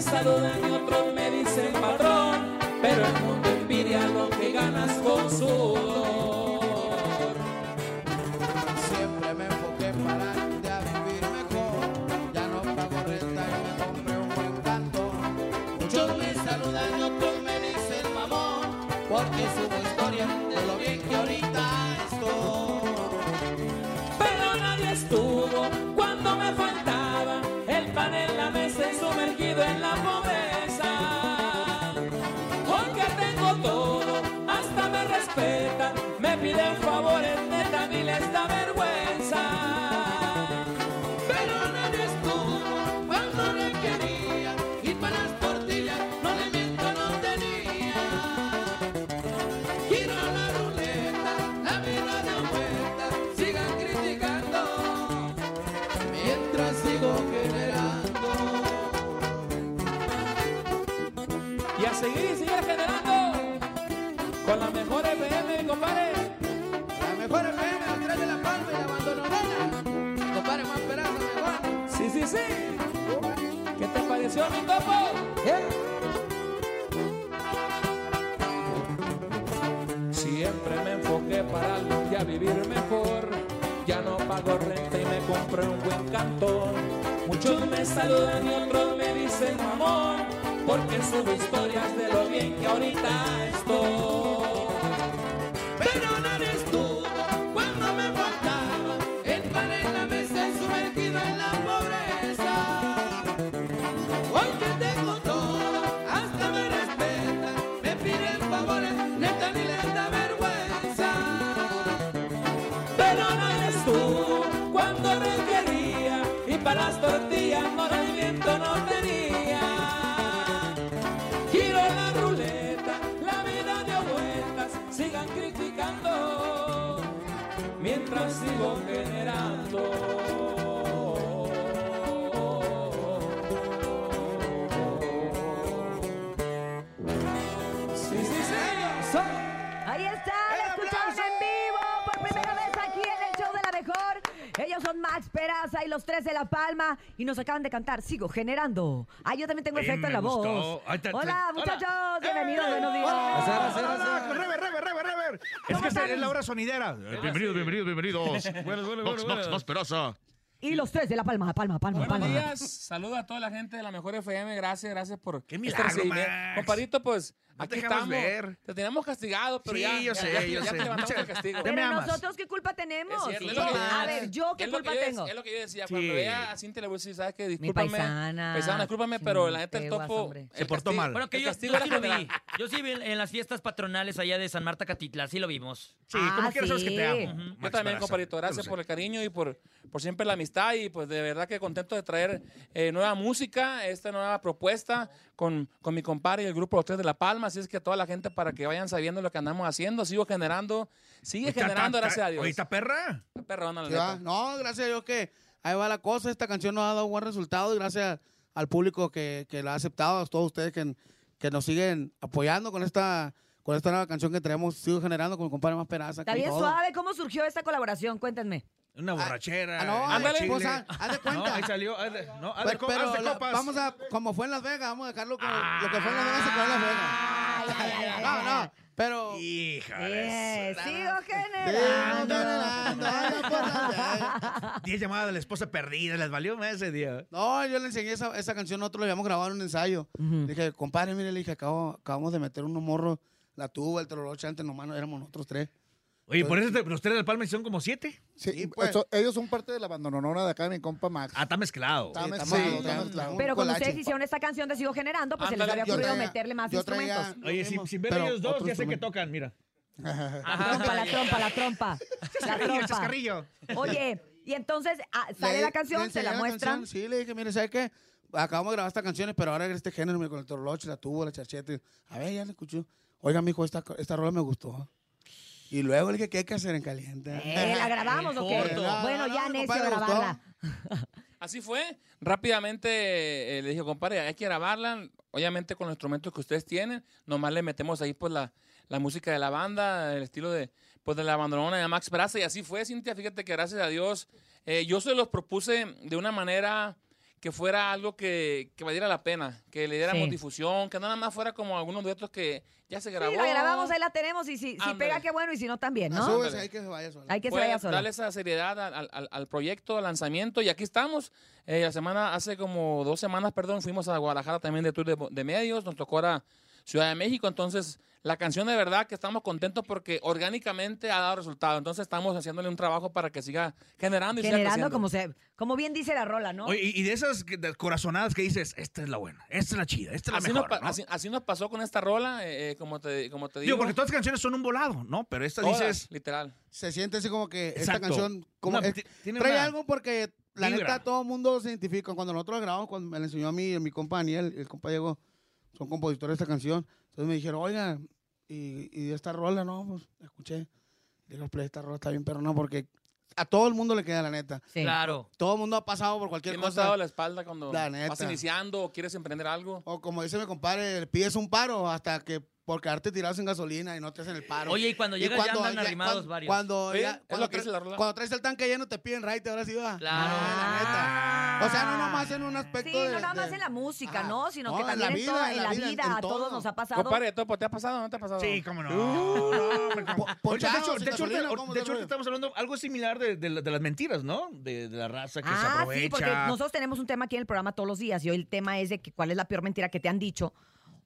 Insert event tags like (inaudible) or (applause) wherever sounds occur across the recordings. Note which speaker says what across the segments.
Speaker 1: saludan y otros me dicen patrón, pero el mundo envidia lo que ganas con sudor.
Speaker 2: Siempre me enfoqué para adelante a vivir mejor. Ya no pago renta y me compré un buen canto. Muchos me saludan y otros me dicen mamón, porque su historia de lo bien que ahorita estoy.
Speaker 1: Pero nadie estuvo cuando me faltaba el pan en la mesa y sumergido en la pobreza. Hoy que tengo todo, hasta me respetan, me piden favores, neta, mil esta vergüenza.
Speaker 2: Pero nadie estuvo cuando le quería ir para las tortillas, no le miento, no tenía. Giro la ruleta, la vida da vueltas, sigan criticando, mientras sigo generando.
Speaker 1: Y a seguir y seguir generando con la mejor FM, compadre.
Speaker 2: La mejor FM atrás de la palma y la abandonadera. Compadre Juan Peraza, mejor.
Speaker 1: Sí, sí, sí. ¿Qué te pareció, mi Eh. topo? Siempre me enfoqué para algún día vivir mejor. Ya no pago renta y me compré un buen cantón. Muchos me saludan y otros me dicen mamón, porque subo historias de lo bien que ahorita estoy.
Speaker 2: Pero nadie estuvo cuando me faltaba el pan en la mesa y sumergido en la pobreza. Hoy que tengo todo, hasta me respetan, me piden favores, neta ni les da vergüenza.
Speaker 1: Pero nadie estuvo cuando me quería y para las tortillas no el viento no tenía. Giro la ruleta, la vida dio vueltas, sigan criticando mientras sigo generando. Sí, sí, sí.
Speaker 3: Ahí está, la escucharon en vivo por primera vez aquí en el show de la mejor. Ellos son Max Peraza y los tres de La Palma y nos acaban de cantar Sigo Generando. Ah, yo también
Speaker 1: Eh,
Speaker 3: tengo
Speaker 4: Sí,
Speaker 3: efecto
Speaker 4: me
Speaker 3: en la
Speaker 4: gustó.
Speaker 3: voz.
Speaker 4: Ay, ta- ta-
Speaker 3: Hola,
Speaker 4: hola.
Speaker 3: muchachos, bienvenidos, buenos días.
Speaker 5: Rever, rever, rever, rever. Es que esta es la hora (laughs) sonidera.
Speaker 4: Bienvenidos, bienvenidos, bienvenidos.
Speaker 5: Bueno,
Speaker 4: Vox,
Speaker 5: bueno, bueno,
Speaker 4: Vox,
Speaker 5: bueno.
Speaker 4: Vox Peraza.
Speaker 3: Y los tres de La Palma, Palma, Palma,
Speaker 1: Buenos
Speaker 3: Palma.
Speaker 1: días, saludo a toda la gente de la Mejor FM, gracias, gracias por este
Speaker 5: Qué milagro,
Speaker 1: recibimiento.
Speaker 5: Max.
Speaker 1: Compadrito, pues,
Speaker 5: No
Speaker 1: aquí
Speaker 5: te dejamos
Speaker 1: estamos.
Speaker 5: ver.
Speaker 1: Te teníamos castigado, pero
Speaker 5: Sí,
Speaker 1: ya,
Speaker 5: yo
Speaker 1: ya-
Speaker 5: sé,
Speaker 1: ya-
Speaker 5: yo
Speaker 1: ya
Speaker 5: sé.
Speaker 1: te levantamos el
Speaker 5: Muchas-
Speaker 1: castigo.
Speaker 5: Ya me
Speaker 3: Pero
Speaker 5: amas.
Speaker 3: nosotros, ¿qué culpa tenemos?
Speaker 1: Es cierto, es
Speaker 3: Yo-
Speaker 1: lo que yo
Speaker 3: a
Speaker 1: decía.
Speaker 3: ver, ¿yo qué
Speaker 1: Es lo que
Speaker 3: culpa
Speaker 1: yo-
Speaker 3: tengo?
Speaker 1: Es lo que yo decía,
Speaker 5: Sí.
Speaker 1: cuando veía a Cintia le voy a decir, ¿sabes qué? Discúlpame.
Speaker 3: paisana.
Speaker 1: Paisana, discúlpame, pero la
Speaker 3: Sí,
Speaker 1: neta, el
Speaker 3: guas,
Speaker 1: topo.
Speaker 3: hombre.
Speaker 5: Se portó mal.
Speaker 6: Bueno, que
Speaker 1: El
Speaker 6: yo,
Speaker 1: castigo
Speaker 6: yo
Speaker 1: era
Speaker 6: sí lo vi.
Speaker 1: general.
Speaker 6: Yo sí vi en, en las fiestas patronales allá de San Marta Catitla, sí lo vimos.
Speaker 5: Sí,
Speaker 3: Ah,
Speaker 5: como quieras, sabes que te amo.
Speaker 3: sí.
Speaker 5: Max Pues, eh,
Speaker 1: Yo también,
Speaker 5: Peraza.
Speaker 1: compadrito, gracias
Speaker 5: Yo
Speaker 1: por
Speaker 5: lo
Speaker 1: el cariño y por, por siempre la amistad y pues de verdad que contento de traer eh, nueva música, esta nueva propuesta con, con mi compadre y el grupo Los Tres de La Palma, así es que a toda la gente para que vayan sabiendo lo que andamos haciendo, sigo generando, sigue
Speaker 5: sé. Oye,
Speaker 1: generando,
Speaker 5: ta- ta-
Speaker 1: gracias a Dios.
Speaker 5: Oye, esta perra.
Speaker 1: Perrón, la
Speaker 2: Sí, va.
Speaker 1: neta.
Speaker 2: No, gracias a Dios que ahí va la cosa. Esta canción nos ha dado buen resultado y gracias al público que, que la ha aceptado, a todos ustedes que, que nos siguen apoyando con esta con esta nueva canción que tenemos, sigo generando con mi compadre más peraza.
Speaker 3: Está
Speaker 2: con
Speaker 3: bien
Speaker 2: todo.
Speaker 3: suave, ¿cómo surgió esta colaboración? Cuéntenme.
Speaker 5: Una borrachera.
Speaker 2: Ah, no,
Speaker 5: eh,
Speaker 1: ándale,
Speaker 5: chile.
Speaker 2: pues, haz- haz de cuenta.
Speaker 5: No, ahí salió. haz de- No, haz de,
Speaker 2: Pero,
Speaker 5: co-
Speaker 2: pero
Speaker 5: haz de
Speaker 2: la-
Speaker 5: copas.
Speaker 2: vamos a, como fue en Las Vegas, vamos a dejarlo como lo que fue en Las Vegas se quedó en Las Vegas. No, no, pero...
Speaker 5: Híjole.
Speaker 3: Eh, sigo
Speaker 2: Sigo
Speaker 3: generando.
Speaker 2: generando, ando por Las Vegas.
Speaker 5: (laughs) Diez llamadas de la esposa perdida. Les valió más ese día.
Speaker 2: No, yo le enseñé esa, esa canción, nosotros la habíamos grabado en un ensayo. Le dije, compadre, mire, le dije, acabo- acabamos de meter unos morros, la tuba, el troloche, antes nomás no- éramos nosotros tres.
Speaker 5: Oye, por eso te- los tres de la Palma son como siete.
Speaker 7: Sí,
Speaker 2: Sí, pues.
Speaker 7: eso- ellos son parte de la bandononona de acá de mi compa Max.
Speaker 5: Ah, está mezclado.
Speaker 7: Está
Speaker 2: sí,
Speaker 7: mezclado,
Speaker 2: está mal,
Speaker 7: está
Speaker 2: está
Speaker 7: mezclado.
Speaker 2: mal.
Speaker 3: Pero cuando
Speaker 2: colache.
Speaker 3: ustedes hicieron esta canción de Sigo Generando, pues se les
Speaker 1: Ándale,
Speaker 3: había
Speaker 1: yo
Speaker 3: ocurrido
Speaker 2: traía-
Speaker 3: meterle más
Speaker 2: yo traía-
Speaker 3: instrumentos.
Speaker 2: lo
Speaker 5: Oye, sin,
Speaker 2: mismo,
Speaker 5: sin ver
Speaker 2: pero
Speaker 5: ellos dos,
Speaker 2: otro
Speaker 5: ya sé que
Speaker 2: instrumento.
Speaker 5: tocan, mira.
Speaker 3: Trompa, la trompa, la trompa. La trompa.
Speaker 5: Chascarrillo.
Speaker 3: Oye, y entonces ah, sale
Speaker 2: Le-
Speaker 3: la
Speaker 2: le
Speaker 3: canción, se
Speaker 2: enseñé
Speaker 3: la muestran.
Speaker 2: canción, Sí, le dije, mire, ¿sabe qué? Acabamos de grabar estas canciones, pero ahora este género, mire, con el troloche, la tuba, la charcheta. y- A ver, ya le escuchó. Oiga, mijo, esta, esta rola me gustó. Y luego le dije, ¿qué hay que hacer en caliente? "Ah,
Speaker 3: Eh, ¿La grabamos o qué?
Speaker 2: corto. No,
Speaker 3: Bueno,
Speaker 2: no,
Speaker 3: ya
Speaker 2: no,
Speaker 3: necio
Speaker 2: compadre, gustó.
Speaker 3: grabarla.
Speaker 1: Así fue. Rápidamente eh, le dije, compadre, hay que grabarla. Obviamente con los instrumentos que ustedes tienen. Nomás le metemos ahí pues la, la música de la banda, el estilo de, pues, de la bandolona de Max Braza. Y así fue, Cintia. Fíjate que gracias a Dios. eh, yo se los propuse de una manera que fuera algo que, que valiera la pena, que le diéramos
Speaker 6: Sí.
Speaker 1: difusión, que nada más fuera como algunos duetos que ya se grabó.
Speaker 3: Sí, la grabamos, ahí la tenemos y si, si
Speaker 1: Ándale.
Speaker 3: pega, qué bueno, y si no, también,
Speaker 7: La
Speaker 3: ¿no?
Speaker 7: subes y ahí que se vaya sola.
Speaker 3: Hay que se
Speaker 1: Pues,
Speaker 3: vaya sola.
Speaker 1: Darle esa seriedad al, al- al- al proyecto, al lanzamiento. Y aquí estamos. Eh, la semana, hace como dos semanas, perdón, fuimos a Guadalajara también de tour de, de medios. Nos tocó ahora Ciudad de México. Entonces, la canción de verdad que estamos contentos porque orgánicamente ha dado resultado. Entonces, estamos haciéndole un trabajo para que siga generando y siga
Speaker 3: Generando
Speaker 1: creciendo.
Speaker 3: como se, como bien dice la rola, ¿no?
Speaker 5: Oye, y y de esas que- de corazonadas que dices, esta es la buena, esta es la chida, esta es la
Speaker 1: Así,
Speaker 5: mejor.
Speaker 1: nos, pa-
Speaker 5: ¿no?
Speaker 1: así- así nos pasó con esta rola, eh, eh, como, te, como te digo.
Speaker 5: Digo, porque todas las canciones son un volado, ¿no? Pero estas
Speaker 1: Todas,
Speaker 5: dices,
Speaker 1: literal.
Speaker 7: Se siente así como que esta
Speaker 5: Exacto.
Speaker 7: canción como
Speaker 5: Una-
Speaker 7: es-
Speaker 5: ti- tiene
Speaker 7: trae
Speaker 5: una
Speaker 7: algo porque la
Speaker 5: vibra.
Speaker 7: neta todo el mundo se identifica. Cuando nosotros grabamos, cuando me la enseñó a mí, mi compa Daniel, el compa Diego, son compositores de esta canción. Entonces me dijeron, oiga, y, y esta rola, no, pues la escuché. Digo, play, esta rola está bien, pero no, porque a todo el mundo le queda la neta.
Speaker 3: Sí.
Speaker 6: Claro.
Speaker 7: Todo el mundo ha pasado por cualquier
Speaker 1: ¿Quién no te ha dado
Speaker 7: cosa.
Speaker 1: la espalda cuando
Speaker 7: La
Speaker 1: vas
Speaker 7: neta.
Speaker 1: iniciando o quieres emprender algo?
Speaker 7: O como dice mi compadre, pides un paro hasta que por quedarte tirado sin gasolina y no te hacen el paro.
Speaker 6: Oye, y cuando
Speaker 7: Y
Speaker 6: llegas ya andan
Speaker 7: ya-
Speaker 6: arrimados
Speaker 7: cuando-
Speaker 6: varios.
Speaker 7: Cuando,
Speaker 1: Sí,
Speaker 7: ya-
Speaker 1: es
Speaker 7: cuando
Speaker 1: lo que
Speaker 7: tra-
Speaker 1: dice la rola.
Speaker 7: cuando traes el tanque lleno te piden right, ahora sí va.
Speaker 6: Claro.
Speaker 7: Ah, la neta. O sea, no nomás en un aspecto
Speaker 3: Sí,
Speaker 7: de-
Speaker 3: no nada más
Speaker 7: de-
Speaker 3: en la música,
Speaker 7: Ajá.
Speaker 3: ¿no? Sino
Speaker 7: No,
Speaker 3: que
Speaker 7: en la
Speaker 3: también en
Speaker 7: vida,
Speaker 3: toda-
Speaker 7: en
Speaker 3: en
Speaker 7: la
Speaker 3: la
Speaker 7: vida,
Speaker 3: vida,
Speaker 7: en
Speaker 3: a todos
Speaker 7: todo.
Speaker 3: nos ha pasado.
Speaker 1: Compadre, Topo, ¿te ha pasado o no te ha pasado?
Speaker 5: sí, cómo no. no hombre, cómo-
Speaker 7: Ah, Po-
Speaker 5: Oye, de hecho, de
Speaker 7: ponchados,
Speaker 5: hecho,
Speaker 7: sin gasolina,
Speaker 5: ahorita-
Speaker 7: ¿cómo
Speaker 5: de
Speaker 7: se
Speaker 5: hecho, ahorita
Speaker 7: rueda?
Speaker 5: estamos hablando de algo similar de, de la- de las mentiras, ¿no? De, de la raza que se
Speaker 3: Ah,
Speaker 5: aprovecha.
Speaker 3: sí, porque nosotros tenemos un tema aquí en el programa todos los días y hoy el tema es de que, cuál es la peor mentira que te han dicho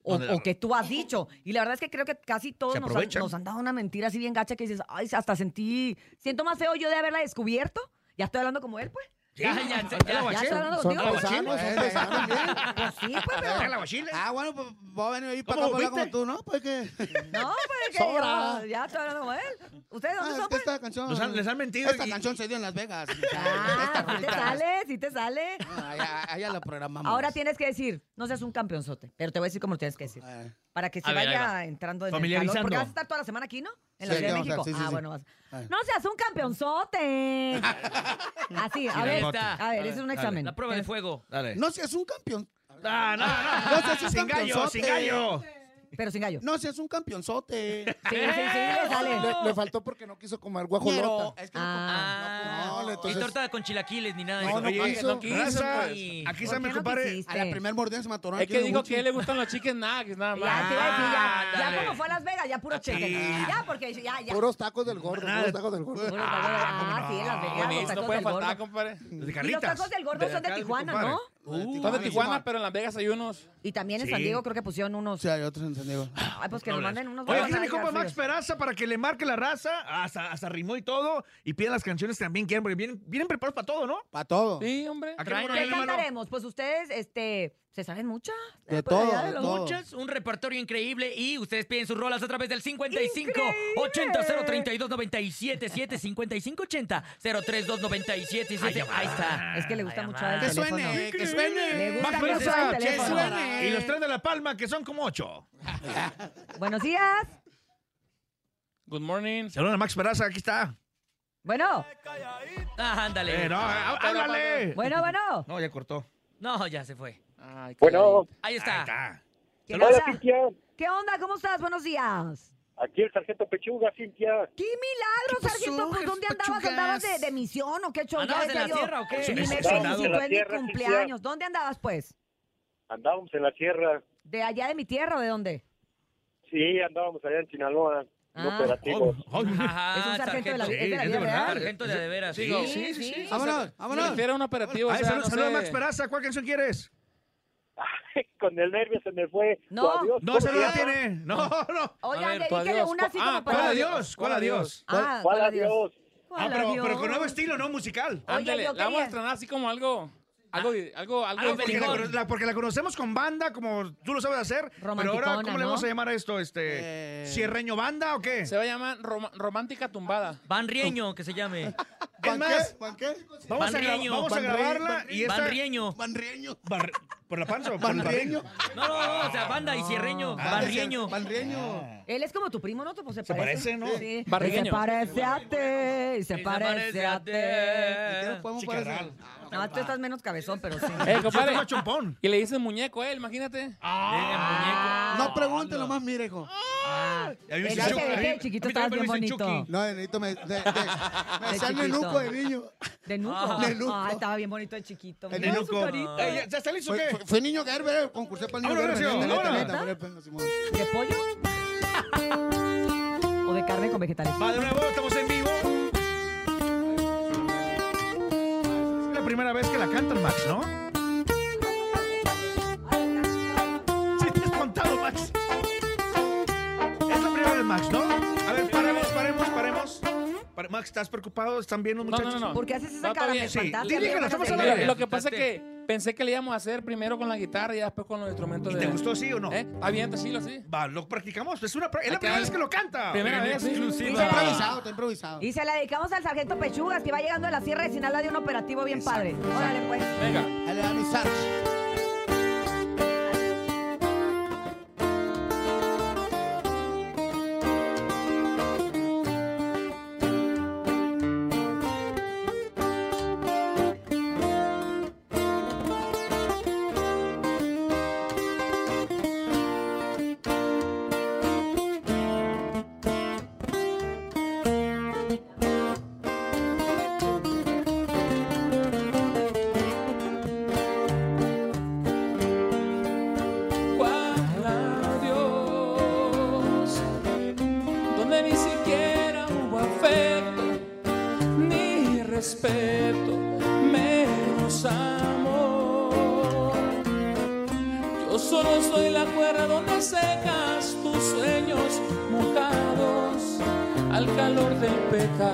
Speaker 3: o,
Speaker 5: Donde la-
Speaker 3: o que tú has dicho. Y la verdad es que creo que casi todos
Speaker 5: Se
Speaker 3: nos han,
Speaker 5: aprovechan.
Speaker 3: nos han dado una mentira así bien gacha que dices, ay, hasta sentí, siento más feo yo de haberla descubierto. Ya estoy hablando como él, pues.
Speaker 5: Sí,
Speaker 6: Ya, ya,
Speaker 5: ya,
Speaker 6: ya.
Speaker 5: la
Speaker 3: Ya
Speaker 5: guaché.
Speaker 3: estoy hablando
Speaker 8: Son
Speaker 3: contigo.
Speaker 8: paisanos,
Speaker 3: pues.
Speaker 8: son
Speaker 7: Eh,
Speaker 8: paisanos.
Speaker 3: Pues sí, pues,
Speaker 5: Ya
Speaker 3: pero.
Speaker 5: la guachile.
Speaker 7: Ah, bueno, pues voy a venir ahí para
Speaker 5: ¿Cómo
Speaker 7: acá para hablar como
Speaker 5: fuiste?
Speaker 7: tú, ¿no? Pues que.
Speaker 3: No,
Speaker 7: (laughs)
Speaker 3: pues que
Speaker 7: Sobra.
Speaker 3: yo ya estoy hablando como él. ¿Ustedes
Speaker 7: Ah,
Speaker 3: dónde
Speaker 7: es
Speaker 3: son?
Speaker 7: que
Speaker 3: pues?
Speaker 7: esta canción.
Speaker 5: Nos han- les han mentido
Speaker 7: Esta
Speaker 5: y-
Speaker 7: canción se dio en Las Vegas.
Speaker 3: Ah,
Speaker 7: Esta
Speaker 3: sí te
Speaker 7: rolita.
Speaker 3: sale, sí te sale.
Speaker 7: Ah, Allá allá la programamos.
Speaker 3: Ahora tienes que decir, no seas un campeonzote, pero te voy a decir cómo lo tienes que decir.
Speaker 7: Eh,
Speaker 3: Para que se
Speaker 6: A ver, ahí
Speaker 3: vaya
Speaker 6: va.
Speaker 3: entrando en el
Speaker 5: Familiarizando.
Speaker 3: calor. Porque vas a estar toda la semana aquí, ¿no? En la
Speaker 7: Sí,
Speaker 3: Ciudad de
Speaker 7: vamos a
Speaker 3: México.
Speaker 7: estar, sí, sí,
Speaker 3: ah,
Speaker 7: sí.
Speaker 3: bueno, vas.
Speaker 7: Ahí.
Speaker 3: No seas un campeonzote. Así, a
Speaker 5: Mira,
Speaker 3: ver.
Speaker 5: bote.
Speaker 3: A ver, ese es un
Speaker 5: Dale.
Speaker 3: examen.
Speaker 6: La prueba de fuego.
Speaker 5: Dale.
Speaker 7: No seas un campeón.
Speaker 5: Ah, no, no.
Speaker 7: No seas un
Speaker 5: sin gallo,
Speaker 7: campeonzote.
Speaker 5: sin gallo.
Speaker 3: Pero sin gallo.
Speaker 7: No seas un campeonzote.
Speaker 8: (laughs)
Speaker 3: Sí, sí, sí, le
Speaker 7: (laughs)
Speaker 3: sale.
Speaker 8: Le, le faltó porque no quiso comer
Speaker 7: Pero
Speaker 8: guajolota.
Speaker 7: es que no
Speaker 6: Ah.
Speaker 7: No, le-
Speaker 6: Y
Speaker 8: entonces-
Speaker 6: torta con chilaquiles ni nada de
Speaker 8: No,
Speaker 6: eso.
Speaker 8: no
Speaker 5: Oye,
Speaker 8: quiso.
Speaker 1: no quiso,
Speaker 5: raza,
Speaker 6: pues.
Speaker 5: Aquí
Speaker 3: ¿Por
Speaker 5: está mi
Speaker 3: qué no
Speaker 5: compadre.
Speaker 3: quisiste?
Speaker 7: A la primer mordida se mató.
Speaker 1: Es que digo que a él le gustan los chicken nuggets, nada más. Ah,
Speaker 3: Ya, te iba a decir, ya, ya
Speaker 5: Ándale.
Speaker 3: como fue a Las Vegas, ya puro cheque. Ya, porque ya, ya.
Speaker 8: Puros tacos del gordo, puros tacos del gordo.
Speaker 3: Puro Las Vegas. Ah, sí, Las Vegas,
Speaker 1: Buenísimo,
Speaker 3: los
Speaker 1: no
Speaker 3: tacos
Speaker 1: puede
Speaker 3: del
Speaker 1: faltar,
Speaker 3: gordo.
Speaker 1: compadre.
Speaker 5: De
Speaker 3: Mm. Y los
Speaker 5: Carlitas.
Speaker 3: tacos del gordo
Speaker 1: De
Speaker 3: son de
Speaker 5: acá de
Speaker 3: Tijuana,
Speaker 5: Compadre.
Speaker 3: ¿no?
Speaker 1: Son de Tijuana, pero en Las Vegas hay unos.
Speaker 3: Y también en
Speaker 5: Sí.
Speaker 3: San Diego creo que pusieron unos.
Speaker 7: Sí, hay otros en San Diego.
Speaker 3: Ay, pues que nos manden unos.
Speaker 5: Oye,
Speaker 3: buenos
Speaker 5: aquí está mi
Speaker 3: tacos
Speaker 5: compa Max
Speaker 3: fríos.
Speaker 5: Peraza para que le marque la raza. Hasta, hasta rimó y todo. Y pida las canciones que también quieren, porque vienen, vienen preparados para todo, ¿no?
Speaker 7: Para todo.
Speaker 1: Sí, hombre.
Speaker 5: Aquí
Speaker 6: Traen
Speaker 5: no
Speaker 3: ¿Qué
Speaker 5: ponen la mano.
Speaker 3: cantaremos? Pues ustedes, este, se saben muchas.
Speaker 7: De
Speaker 3: Eh, pues, allá
Speaker 7: todo,
Speaker 3: de
Speaker 7: de
Speaker 3: los-
Speaker 7: todo.
Speaker 6: Muchas, un repertorio increíble y ustedes piden sus rolas a través del 55 80
Speaker 3: Increíble.
Speaker 6: 032 97 7 55 80 032 97 7. Ahí está.
Speaker 3: Es que le gusta
Speaker 6: Ay,
Speaker 3: mucho
Speaker 6: mamá.
Speaker 3: el
Speaker 7: Que
Speaker 3: teléfono.
Speaker 7: suene, que
Speaker 3: Le
Speaker 7: suene.
Speaker 3: gusta
Speaker 5: Max
Speaker 3: que le
Speaker 5: Peraza,
Speaker 3: suene el
Speaker 5: que
Speaker 3: teléfono.
Speaker 7: suene.
Speaker 5: Y los tres de La Palma, que son como ocho.
Speaker 3: Buenos días.
Speaker 1: Good morning.
Speaker 5: Saludos a Max Peraza, aquí está.
Speaker 3: Bueno,
Speaker 6: Ah, ándale.
Speaker 5: Eh, no, ah, háblale.
Speaker 3: bueno, bueno.
Speaker 5: No, ya cortó.
Speaker 6: No, ya se fue.
Speaker 1: Ay, qué
Speaker 9: Bueno,
Speaker 6: Ahí
Speaker 5: Ahí
Speaker 6: está.
Speaker 5: está.
Speaker 3: ¿Qué
Speaker 9: hola
Speaker 3: onda?
Speaker 9: Cintia,
Speaker 3: ¿Qué onda? ¿Cómo estás? Buenos días.
Speaker 9: aquí el sargento Pechuga, Cintia.
Speaker 3: ¡Qué milagro,
Speaker 7: pasó,
Speaker 3: sargento! Pues, ¿Dónde
Speaker 7: jefe
Speaker 3: andabas?
Speaker 7: Pachucas?
Speaker 3: ¿Andabas de, de misión o qué show?
Speaker 6: ¿Andabas
Speaker 3: Ya
Speaker 6: en la
Speaker 3: decía yo,
Speaker 6: sierra o qué?
Speaker 3: Ni me felicitó en
Speaker 9: Andábamos en la
Speaker 3: mi
Speaker 9: sierra, sí,
Speaker 3: cumpleaños. ¿Dónde andabas, pues?
Speaker 9: Andábamos en la sierra,
Speaker 3: ¿De allá de mi tierra o de dónde?
Speaker 9: sí, andábamos allá en Sinaloa, en
Speaker 3: Ah.
Speaker 9: operativos.
Speaker 5: Oh, oh.
Speaker 6: Ajá,
Speaker 3: Es un sargento de la-
Speaker 5: Sí,
Speaker 3: es de la
Speaker 5: es
Speaker 3: vida
Speaker 5: de verdad.
Speaker 3: real.
Speaker 6: sargento de la de veras.
Speaker 1: Sí,
Speaker 6: sí.
Speaker 1: sí, sí, sí.
Speaker 7: Vámonos,
Speaker 1: Me
Speaker 7: vámonos.
Speaker 1: refiero a un operativo. o
Speaker 5: Ay,
Speaker 1: sea,
Speaker 5: Eh, saludos
Speaker 1: no
Speaker 5: saludos a
Speaker 1: sé.
Speaker 5: Max Peraza. ¿Cuál canción quieres?
Speaker 9: (laughs) Con el nervio se me fue.
Speaker 3: No.
Speaker 9: Oh, Dios,
Speaker 5: No,
Speaker 9: ¿cómo
Speaker 5: esa no
Speaker 9: se
Speaker 5: la
Speaker 9: llama?
Speaker 5: tiene. No, no.
Speaker 3: Oigan,
Speaker 6: ver,
Speaker 1: tu
Speaker 3: dedícale
Speaker 1: adiós.
Speaker 3: una así
Speaker 1: Ah,
Speaker 3: como
Speaker 5: ¿Cuál
Speaker 1: ¿cuál
Speaker 3: para...
Speaker 5: adiós? ¿Cuál adiós?
Speaker 3: Ah,
Speaker 9: ¿Cuál
Speaker 3: ¿cuál
Speaker 9: adiós?
Speaker 5: Ah,
Speaker 3: ¿Cuál
Speaker 5: pero,
Speaker 3: adiós?
Speaker 5: pero con nuevo estilo, ¿no? Musical.
Speaker 3: Oye, Ah,
Speaker 1: Ándale,
Speaker 3: yo
Speaker 1: la vamos a
Speaker 3: quería-
Speaker 1: estrenar así como algo. Algo, algo, algo.
Speaker 6: algo
Speaker 5: Porque la,
Speaker 6: Picón.
Speaker 5: cono- la- porque la conocemos con banda, como tú lo sabes hacer. Pero ahora,
Speaker 3: Romanticona,
Speaker 5: ¿cómo le
Speaker 3: ¿no?
Speaker 5: vamos a llamar a esto? Este,
Speaker 7: Eh.
Speaker 5: ¿Cierreño banda o qué?
Speaker 1: se va a llamar Roma- Romántica Tumbada.
Speaker 6: Van Rieño, que se llame.
Speaker 5: Es más,
Speaker 7: ¿Juan qué?
Speaker 5: vamos, a, gra-
Speaker 6: Banrieño,
Speaker 5: vamos a
Speaker 6: Banrie-
Speaker 5: grabarla y esta...
Speaker 6: Van Rieño.
Speaker 7: Vanrieño.
Speaker 5: Bar- ¿Por la panza o por el barriño?
Speaker 7: Vanrieño.
Speaker 6: No, no, no, o sea, banda y cierreño. Van Rieño.
Speaker 7: Vanrieño.
Speaker 3: Él es como tu primo, ¿no? Pues se,
Speaker 5: Se parece, ¿no?
Speaker 3: Sí.
Speaker 1: Barrigueño.
Speaker 3: Se parece a ti, se parece a ti.
Speaker 7: ¿Qué nos podemos
Speaker 5: Chicarral.
Speaker 7: parecer?
Speaker 3: No, tú estás menos cabezón, pero sí.
Speaker 1: (laughs) Eh,
Speaker 5: Yo
Speaker 1: compadre.
Speaker 5: tengo a chompón.
Speaker 6: Eh,
Speaker 1: Y le dicen muñeco a él, imagínate.
Speaker 5: Ah,
Speaker 7: No pregunte, nomás mire, hijo.
Speaker 5: Ya vi un
Speaker 3: El
Speaker 5: Chucky.
Speaker 3: arte de
Speaker 5: A mí-
Speaker 3: qué, chiquito,
Speaker 5: a mí
Speaker 3: estabas
Speaker 5: también me
Speaker 3: bien
Speaker 5: dicen
Speaker 3: bonito.
Speaker 5: Chucky.
Speaker 7: No, de nenito me, de, de, me
Speaker 3: De
Speaker 7: decían
Speaker 3: chiquito.
Speaker 7: nenuco de niño.
Speaker 3: De nuco.
Speaker 6: Ah,
Speaker 7: de nuco.
Speaker 3: Ah, estaba bien bonito el chiquito.
Speaker 7: El
Speaker 3: Mira su
Speaker 5: Nenuco.
Speaker 3: carita.
Speaker 5: Ey, ¿Ya ya está listo o
Speaker 7: Fue,
Speaker 5: qué?
Speaker 7: fue- fue niño Gerber, eh, concursé para el niño
Speaker 5: Ahora,
Speaker 7: Gerber.
Speaker 5: ahora, ahora.
Speaker 7: neta, neta, neta, neta, Simón.
Speaker 3: ¿De pollo? (laughs) ¿O de carne con vegetales?
Speaker 5: Va de nuevo, estamos en vivo. Es la primera vez que la cantan, Max, ¿no? Sí, te has contado, Max. Es la primera vez, Max, ¿no? A ver, paremos, paremos, paremos. Pare- Max, ¿estás preocupado? ¿Están bien los
Speaker 1: No,
Speaker 5: muchachos?
Speaker 1: no, no, no.
Speaker 3: ¿Por qué haces esa
Speaker 1: No, está
Speaker 3: cara?
Speaker 1: bien.
Speaker 3: Me
Speaker 1: Sí,
Speaker 3: espantaste,
Speaker 5: dirígelo,
Speaker 3: amigo,
Speaker 5: estamos
Speaker 3: que
Speaker 5: al
Speaker 3: te
Speaker 5: aire.
Speaker 1: Mira,
Speaker 3: diga.
Speaker 1: Lo que pasa es que pensé que le íbamos a hacer primero con la guitarra y después con los instrumentos
Speaker 5: ¿Y
Speaker 1: de.
Speaker 5: te gustó, sí o no?
Speaker 1: ¿Eh? Avienta, sí, lo sí.
Speaker 5: Va, lo practicamos. Es, una, pra- es la
Speaker 1: Acá-
Speaker 5: primera vez que lo canta.
Speaker 1: Primera
Speaker 5: Bien,
Speaker 1: vez.
Speaker 3: Dice la-
Speaker 5: Ah.
Speaker 7: Está improvisado, está improvisado.
Speaker 3: Y se la dedicamos al sargento Pechugas, que va llegando de la Sierra de Sinaloa de un operativo bien padre. Órale, pues.
Speaker 1: Venga.
Speaker 7: Ahí le da mi Sarge.
Speaker 1: Cuál Dios, donde ni siquiera hubo afecto ni respeto, menos amor. Yo solo soy la cuerda donde secas tus sueños mojados al calor del pecado.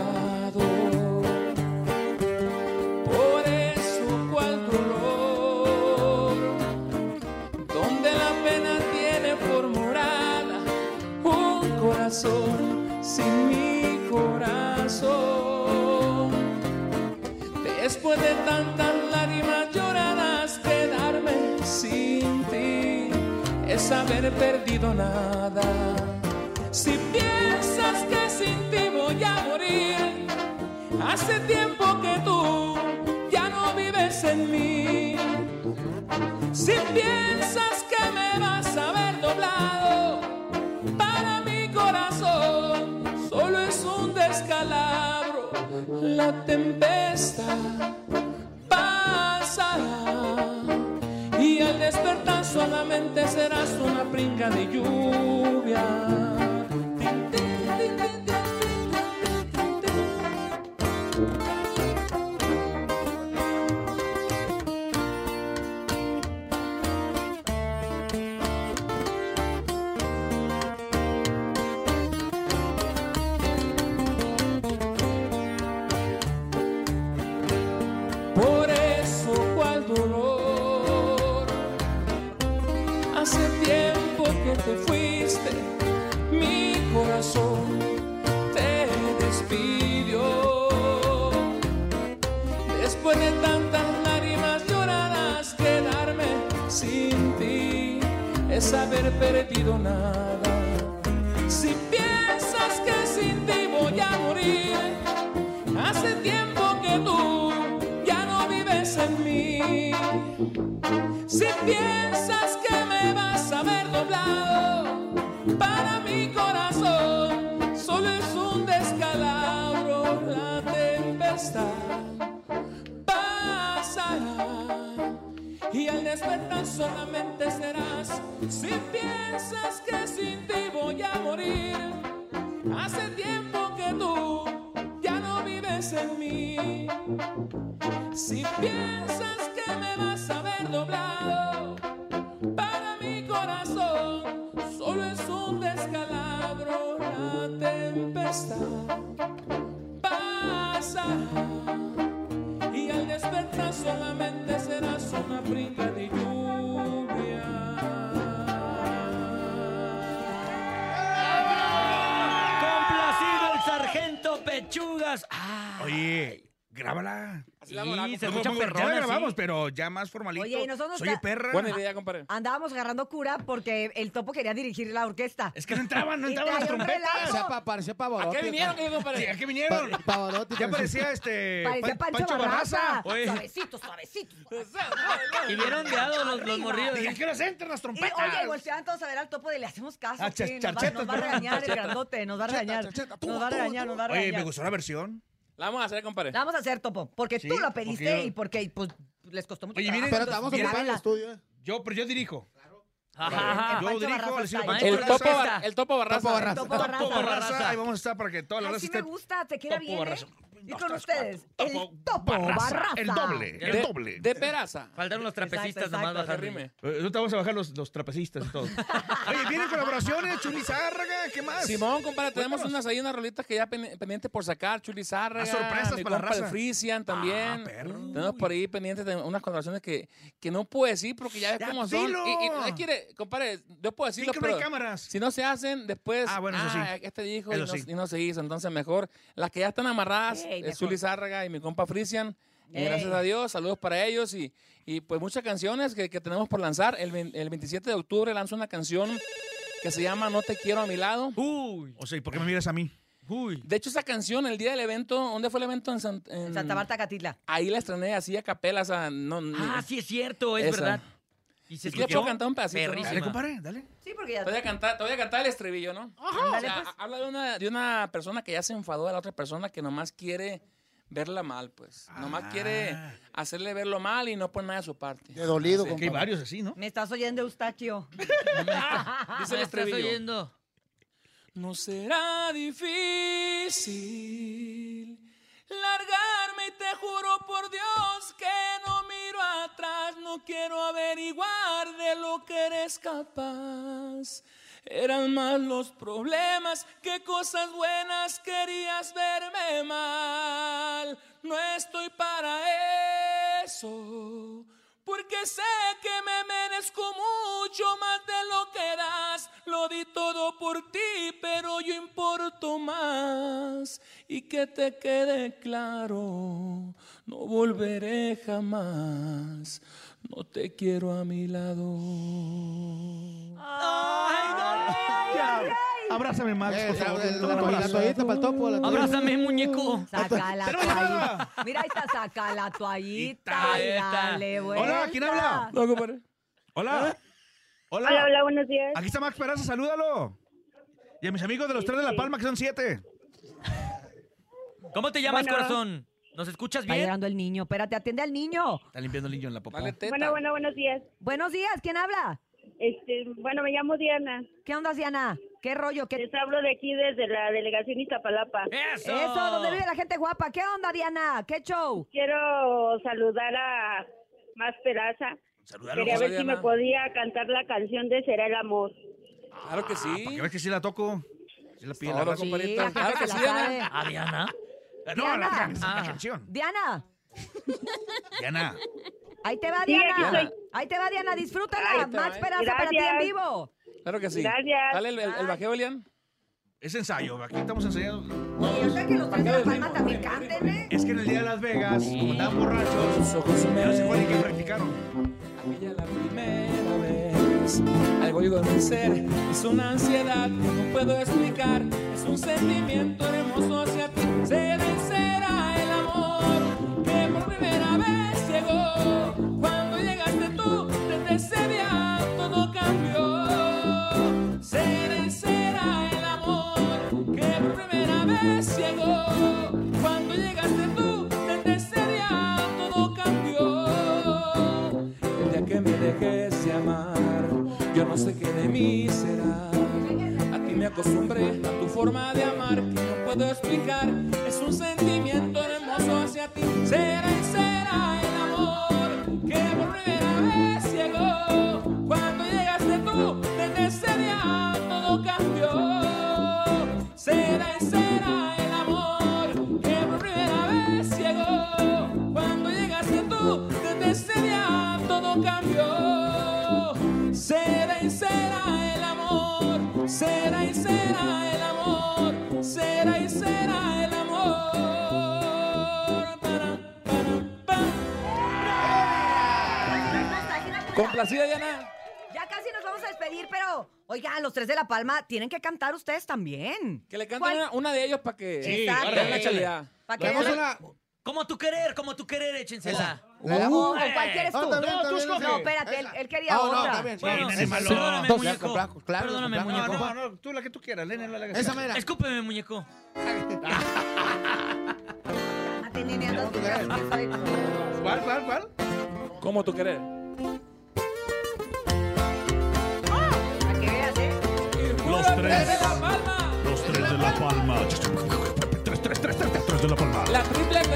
Speaker 1: Por eso cual dolor, donde la pena tiene por morada un corazón sin mi corazón. Después de tantas lágrimas lloradas, quedarme sin ti es haber perdido nada. Si piensas que sin ti voy a morir, Hace tiempo que tú ya no vives en mí. Si piensas que me vas a ver doblado, para mi corazón solo es un descalabro. La tempestad pasará y al despertar solamente serás una pringa de lluvia. Tin, tin, tin, tin, tin, tin, tin, tin, tin. Por eso cual dolor. Hace tiempo que te fuiste, mi corazón te despidió. Después de tantas lágrimas lloradas, quedarme sin ti es haber perdido nada. Si piensas que sin ti voy a morir, Hace tiempo que tú ya no vives en mí. Si piensas que me vas a ver doblado, para mi corazón solo es un descalabro. La tempestad pasará y al despertar solamente serás. Si piensas que sin ti voy a morir. Hace tiempo que tú ya no vives en mí. Si piensas que me vas a ver doblado, para mi corazón solo es un descalabro. La tempestad pasará y al despertar solamente serás una brinca de lluvia.
Speaker 6: Complacido el sargento Pechugas. Ah,
Speaker 5: Oye, grábala.
Speaker 7: Así la moramos.
Speaker 6: Sí, se
Speaker 5: No,
Speaker 6: escucha
Speaker 5: bueno,
Speaker 6: perrona,
Speaker 5: ya
Speaker 6: sí.
Speaker 5: grabamos, pero ya más formalito.
Speaker 3: Oye, y nosotros
Speaker 5: Oye,
Speaker 3: ta-
Speaker 5: perra.
Speaker 1: Buena idea, compadre.
Speaker 3: Andábamos agarrando cura porque el topo quería dirigir la orquesta.
Speaker 5: Es que no entraban, no
Speaker 3: Y
Speaker 5: entraban las
Speaker 3: traía un
Speaker 5: trompetas.
Speaker 3: relajo.
Speaker 7: Parecía pa- Parecía
Speaker 1: ¿A
Speaker 7: Pavarotti.
Speaker 1: qué vinieron, que digo,
Speaker 5: Sí, ¿A
Speaker 1: compadre?
Speaker 5: qué vinieron?
Speaker 7: Pa- Pavarotti.
Speaker 5: Ya parecía este.
Speaker 3: Parecía
Speaker 5: Pan-
Speaker 3: Pancho, Barraza.
Speaker 5: Oye,
Speaker 3: Suavecito, suavecito.
Speaker 6: Y vieron de lado los, los morridos.
Speaker 5: dije, ¿a qué horas entran las
Speaker 3: Y,
Speaker 5: trompetas?
Speaker 3: oye, volteaban todos a ver al topo de le hacemos caso.
Speaker 5: Ah,
Speaker 3: sí,
Speaker 5: chas-
Speaker 3: nos, va,
Speaker 5: charchetas,
Speaker 3: nos va a
Speaker 5: perdón,
Speaker 3: regañar el
Speaker 5: charchetas.
Speaker 3: grandote, nos va a regañar.
Speaker 7: Chacheta, chacheta, tú,
Speaker 3: Nos va a
Speaker 7: tú,
Speaker 3: regañar,
Speaker 7: tú.
Speaker 3: nos va a
Speaker 5: Oye, me
Speaker 3: regañar.
Speaker 5: gustó la versión.
Speaker 1: La vamos a hacer, compadre.
Speaker 3: La vamos a hacer, topo, porque
Speaker 5: Sí,
Speaker 3: tú lo pediste
Speaker 5: porque yo-
Speaker 3: y porque pues, les costó mucho
Speaker 5: Oye,
Speaker 3: trabajo.
Speaker 5: viene-
Speaker 7: Pero te vamos a
Speaker 3: Entonces,
Speaker 7: ocupar en el
Speaker 3: grábala.
Speaker 7: estudio. eh.
Speaker 5: Yo, pero yo dirijo.
Speaker 6: Ajá,
Speaker 5: Yo
Speaker 3: Ah, Pancho
Speaker 5: dirijo
Speaker 3: Barraza
Speaker 5: al
Speaker 3: está
Speaker 5: señor
Speaker 3: ahí.
Speaker 5: Pancho
Speaker 1: El
Speaker 5: Barraza.
Speaker 1: topo,
Speaker 6: Barraza.
Speaker 1: Bar- el topo Barraza.
Speaker 7: Topo Barraza.
Speaker 3: Topo Barraza.
Speaker 5: Topo Barraza. Ahí vamos a estar para que toda la raza
Speaker 3: Así me
Speaker 5: esté.
Speaker 3: gusta, te queda
Speaker 5: Topo
Speaker 3: bien.
Speaker 5: Barraza.
Speaker 3: ¿eh?
Speaker 5: Un,
Speaker 3: Y
Speaker 5: dos,
Speaker 3: con
Speaker 5: tres,
Speaker 3: ustedes, el
Speaker 5: Topo
Speaker 3: topo Barraza.
Speaker 5: El doble, el
Speaker 1: De-
Speaker 5: doble.
Speaker 1: De peraza.
Speaker 6: Faltaron los trapecistas
Speaker 3: Exacto,
Speaker 6: nomás
Speaker 3: exacto,
Speaker 1: Que
Speaker 6: bajar.
Speaker 1: rime.
Speaker 5: Eh, No te vamos a bajar los, los trapecistas y todo. Oye, vienen colaboraciones, Chulizárraga, ¿qué más? (laughs)
Speaker 1: Simón, compadre, tenemos
Speaker 5: Cuéntanos.
Speaker 1: unas ahí, unas rolitas que ya pen- pendientes por sacar, Chulizarra.
Speaker 5: Ah, sorpresas para la raza.
Speaker 1: Frisian también.
Speaker 5: Ah, perro.
Speaker 1: Tenemos por ahí pendientes de unas colaboraciones que, que no puedo decir porque ya ves
Speaker 5: Ya,
Speaker 1: cómo son.
Speaker 5: dilo.
Speaker 1: Y, y no quiere, compadre, yo puedo
Speaker 5: Sí,
Speaker 1: decirlo,
Speaker 5: que no
Speaker 1: pero
Speaker 5: hay cámaras.
Speaker 1: si no se hacen, después,
Speaker 5: Ah, bueno, eso sí.
Speaker 1: este dijo y
Speaker 5: Eso
Speaker 1: no,
Speaker 5: sí.
Speaker 1: y no se hizo. Entonces, mejor, las que ya están amarradas,
Speaker 3: Ey,
Speaker 1: es
Speaker 3: mejor.
Speaker 1: Chulizárraga y mi compa Frisian. Y
Speaker 3: Ey.
Speaker 1: gracias a Dios, saludos para ellos y, y pues muchas canciones que, que tenemos por lanzar. El, vein- el 27 de octubre lanzo una canción que se llama No te quiero a mi lado.
Speaker 6: Uy,
Speaker 5: O sea, ¿y por qué me miras a mí?
Speaker 6: uy.
Speaker 1: De hecho, esa canción, el día del evento, ¿dónde fue el evento? En, Sant- en-
Speaker 3: En Santa Marta,
Speaker 5: Mm.
Speaker 3: Catitla.
Speaker 1: Ahí la estrené así a capela, o sea, no... ni-
Speaker 6: Ah, sí es cierto, es
Speaker 1: Esa.
Speaker 6: verdad. Y se
Speaker 1: Es que ya puedo cantar un pedacito, ¿no?
Speaker 5: Dale,
Speaker 1: Buenísima.
Speaker 6: Perrísima.
Speaker 5: compadre, dale.
Speaker 3: Sí, porque ya...
Speaker 1: Te voy a cantar, te voy a cantar el estribillo, ¿no? O
Speaker 3: Ándale,
Speaker 1: sea,
Speaker 3: pues.
Speaker 1: ha- Habla de una, de una persona que ya se enfadó de la otra persona que nomás quiere verla mal, pues. Nomás quiere hacerle verlo mal y no pone nada de su parte.
Speaker 7: De dolido,
Speaker 5: Que hay
Speaker 7: compadre.
Speaker 5: varios así, ¿no?
Speaker 3: Me estás oyendo,
Speaker 5: (laughs)
Speaker 3: Eustaquio.
Speaker 1: Dice el
Speaker 6: ¿Me Ah, estás
Speaker 1: estribillo.
Speaker 6: oyendo?
Speaker 1: No será difícil largarme y te juro por Dios que no miro atrás, no quiero averiguar de lo que eres capaz. Eran más los problemas que cosas buenas querías verme mal. No estoy para eso. Porque sé que me merezco mucho más de lo que das. Lo di todo por ti, pero yo importo más. Y que te quede claro, no volveré jamás. No te quiero a mi lado.
Speaker 5: Abrázame, Max,
Speaker 7: Eh,
Speaker 5: por
Speaker 7: ya,
Speaker 5: favor. un
Speaker 7: el- la la
Speaker 5: abrazo.
Speaker 7: toallita para el topo. la toallita.
Speaker 6: Abrázame, muñeco.
Speaker 3: Saca la
Speaker 5: ¡Tenemos
Speaker 3: toallita.
Speaker 5: llamada!
Speaker 3: Mira, ahí está, saca la toallita. y
Speaker 6: Toallita.
Speaker 3: Dale, güey.
Speaker 5: Hola, ¿quién habla?
Speaker 1: No, compadre.
Speaker 5: Hola. Hola.
Speaker 10: Hola, hola, buenos días.
Speaker 5: Aquí está Max Peraza, salúdalo. Y a mis amigos de los tres de La Palma, que son siete.
Speaker 6: ¿Cómo te llamas,
Speaker 10: Bueno.
Speaker 6: corazón? ¿Nos escuchas
Speaker 3: Está
Speaker 6: bien?
Speaker 3: llorando el niño. Espérate, atiende al niño.
Speaker 5: Está limpiando el niño en la popó.
Speaker 1: Dale teta.
Speaker 10: Bueno, bueno, buenos días.
Speaker 3: Buenos días, ¿quién habla?
Speaker 10: Este, bueno, me llamo Diana.
Speaker 3: ¿Qué onda, Diana? ¿Qué rollo? ¿Qué...
Speaker 10: Les hablo de aquí desde la delegación Iztapalapa.
Speaker 6: ¡Eso!
Speaker 3: Eso, donde vive la gente guapa. ¿Qué onda, Diana? ¿Qué show?
Speaker 10: Quiero saludar a Más Peraza.
Speaker 5: Salúdalo.
Speaker 10: Quería
Speaker 1: Hola,
Speaker 10: ver si
Speaker 1: Diana.
Speaker 10: me podía cantar la canción de Será el amor.
Speaker 1: Claro que sí.
Speaker 5: Porque ves que sí la toco. Sí la pide la
Speaker 1: Ahora,
Speaker 5: raza.
Speaker 1: compadre. compadrita.
Speaker 3: la
Speaker 1: Claro
Speaker 3: gente
Speaker 1: que
Speaker 3: se
Speaker 1: sí,
Speaker 3: la
Speaker 1: Diana. Ah.
Speaker 3: sabe.
Speaker 6: ¿A Diana?
Speaker 5: No, la,
Speaker 3: Diana.
Speaker 5: la- la
Speaker 6: Ah.
Speaker 5: canción.
Speaker 3: Diana,
Speaker 5: Diana.
Speaker 3: ahí te va,
Speaker 10: Sí, aquí
Speaker 3: Diana.
Speaker 10: estoy.
Speaker 3: Ahí te va, Diana.
Speaker 1: Ahí
Speaker 3: Disfrútala.
Speaker 1: te va,
Speaker 3: Max
Speaker 1: eh.
Speaker 3: Peraza para ti en
Speaker 10: Gracias.
Speaker 3: vivo.
Speaker 1: Claro que sí.
Speaker 10: Gracias.
Speaker 1: Dale el, el, el bajeo, Elian.
Speaker 5: Es ensayo. Aquí estamos ensayando.
Speaker 3: Y yo sé que los tres de La Palma también canten, ¿eh?
Speaker 5: Es que en el día de Las Vegas, como estaban borrachos,
Speaker 1: ojos
Speaker 5: ya no se fue ni que practicaron.
Speaker 1: Aquella la primera vez. Algo llegó a mi ser. Es una ansiedad que no puedo explicar. Es un sentimiento hermoso hacia ti. Se vencerá el amor que por primera vez llegó. Cuando llegaste tú, desde ese día todo cambió. Se vencerá el amor que por primera vez llegó. Cuando llegaste tú, desde ese día todo cambió. El día que me dejes de amar, yo no sé qué de mí será. A ti me acostumbré a tu forma de amar, que no puedo explicar. Es un sentimiento hermoso hacia ti. Será y será el amor que por primera vez llegó. Cuando llegaste tú, desde ese día todo cambió. Será y será el amor que por primera vez llegó. Cuando llegaste tú, desde ese día todo cambió. Será y será el amor, será y será el amor, será y será el amor. Para ¿Complacida, Diana?
Speaker 3: Ya casi nos vamos a despedir, pero oigan, los tres de La Palma tienen que cantar ustedes también.
Speaker 1: Que le canten una, una de ellos para que
Speaker 6: Sí,
Speaker 1: vean
Speaker 6: órale.
Speaker 1: la calidad.
Speaker 3: Para que
Speaker 7: Tenemos una.
Speaker 6: Como tu querer, como tu querer, échensela.
Speaker 7: ¿Le
Speaker 3: o,
Speaker 7: damos?
Speaker 3: o cuál quieres tú.
Speaker 7: Uh. No, también,
Speaker 5: No, tú
Speaker 7: también,
Speaker 5: escoge.
Speaker 7: esa.
Speaker 3: No, espérate, él,
Speaker 7: Esa.
Speaker 3: él quería
Speaker 7: Oh, No, no,
Speaker 3: otra.
Speaker 7: está bien,
Speaker 6: Bueno,
Speaker 7: sí.
Speaker 5: nene malo.
Speaker 6: perdóname,
Speaker 1: Dos.
Speaker 6: muñeco.
Speaker 7: Claro, claro,
Speaker 6: perdóname,
Speaker 7: claro.
Speaker 6: muñeco.
Speaker 5: No, no, no, tú la que tú quieras, Lene, la que
Speaker 7: Esa mera.
Speaker 6: Escúpeme, muñeco.
Speaker 3: A ti, nene, andas
Speaker 7: Tenemos que
Speaker 3: buscando que soy-
Speaker 5: ¿Cuál, cuál, cuál?
Speaker 1: Como tú querés.
Speaker 3: Para que veas, ¿eh?
Speaker 1: Los tres de La Palma.
Speaker 4: Los tres de La Palma. Tres, tres, tres, tres, tres de La Palma.
Speaker 1: La triple B.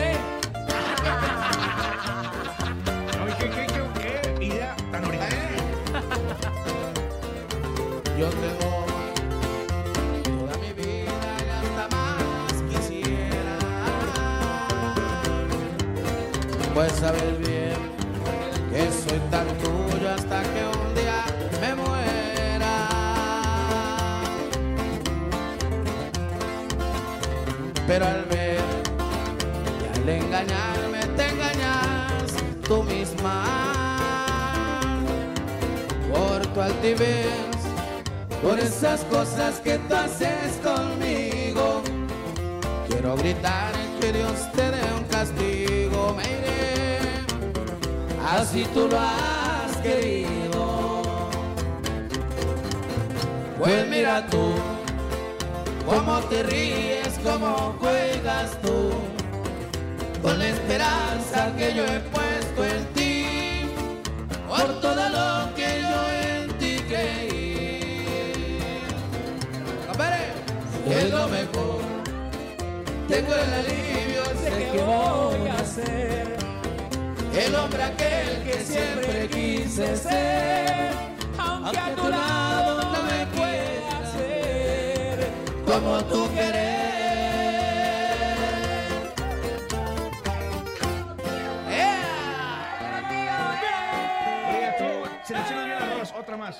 Speaker 5: Ay, qué, qué, qué, qué idea tan original.
Speaker 2: Yo te doy toda mi vida y hasta más quisiera. Pues sabes bien que soy tan tuyo hasta que un día me muera. Pero al ver y al engañarme te engañas tú misma por tu altivez, por esas cosas que tú haces conmigo. Quiero gritar que Dios te dé un castigo, me iré, así tú lo has querido. Pues mira tú, cómo te ríes, cómo juegas tú, con la esperanza que yo he puesto en ti por todo lo que yo en ti creí. Compadre, es lo mejor. Tengo el alivio, sé que voy a ser el hombre aquel que siempre quise ser. Aunque a tu lado no me pueda ser como tú querés. ¡Ea!
Speaker 5: Oiga, tú, selecciona bien la voz, otra más.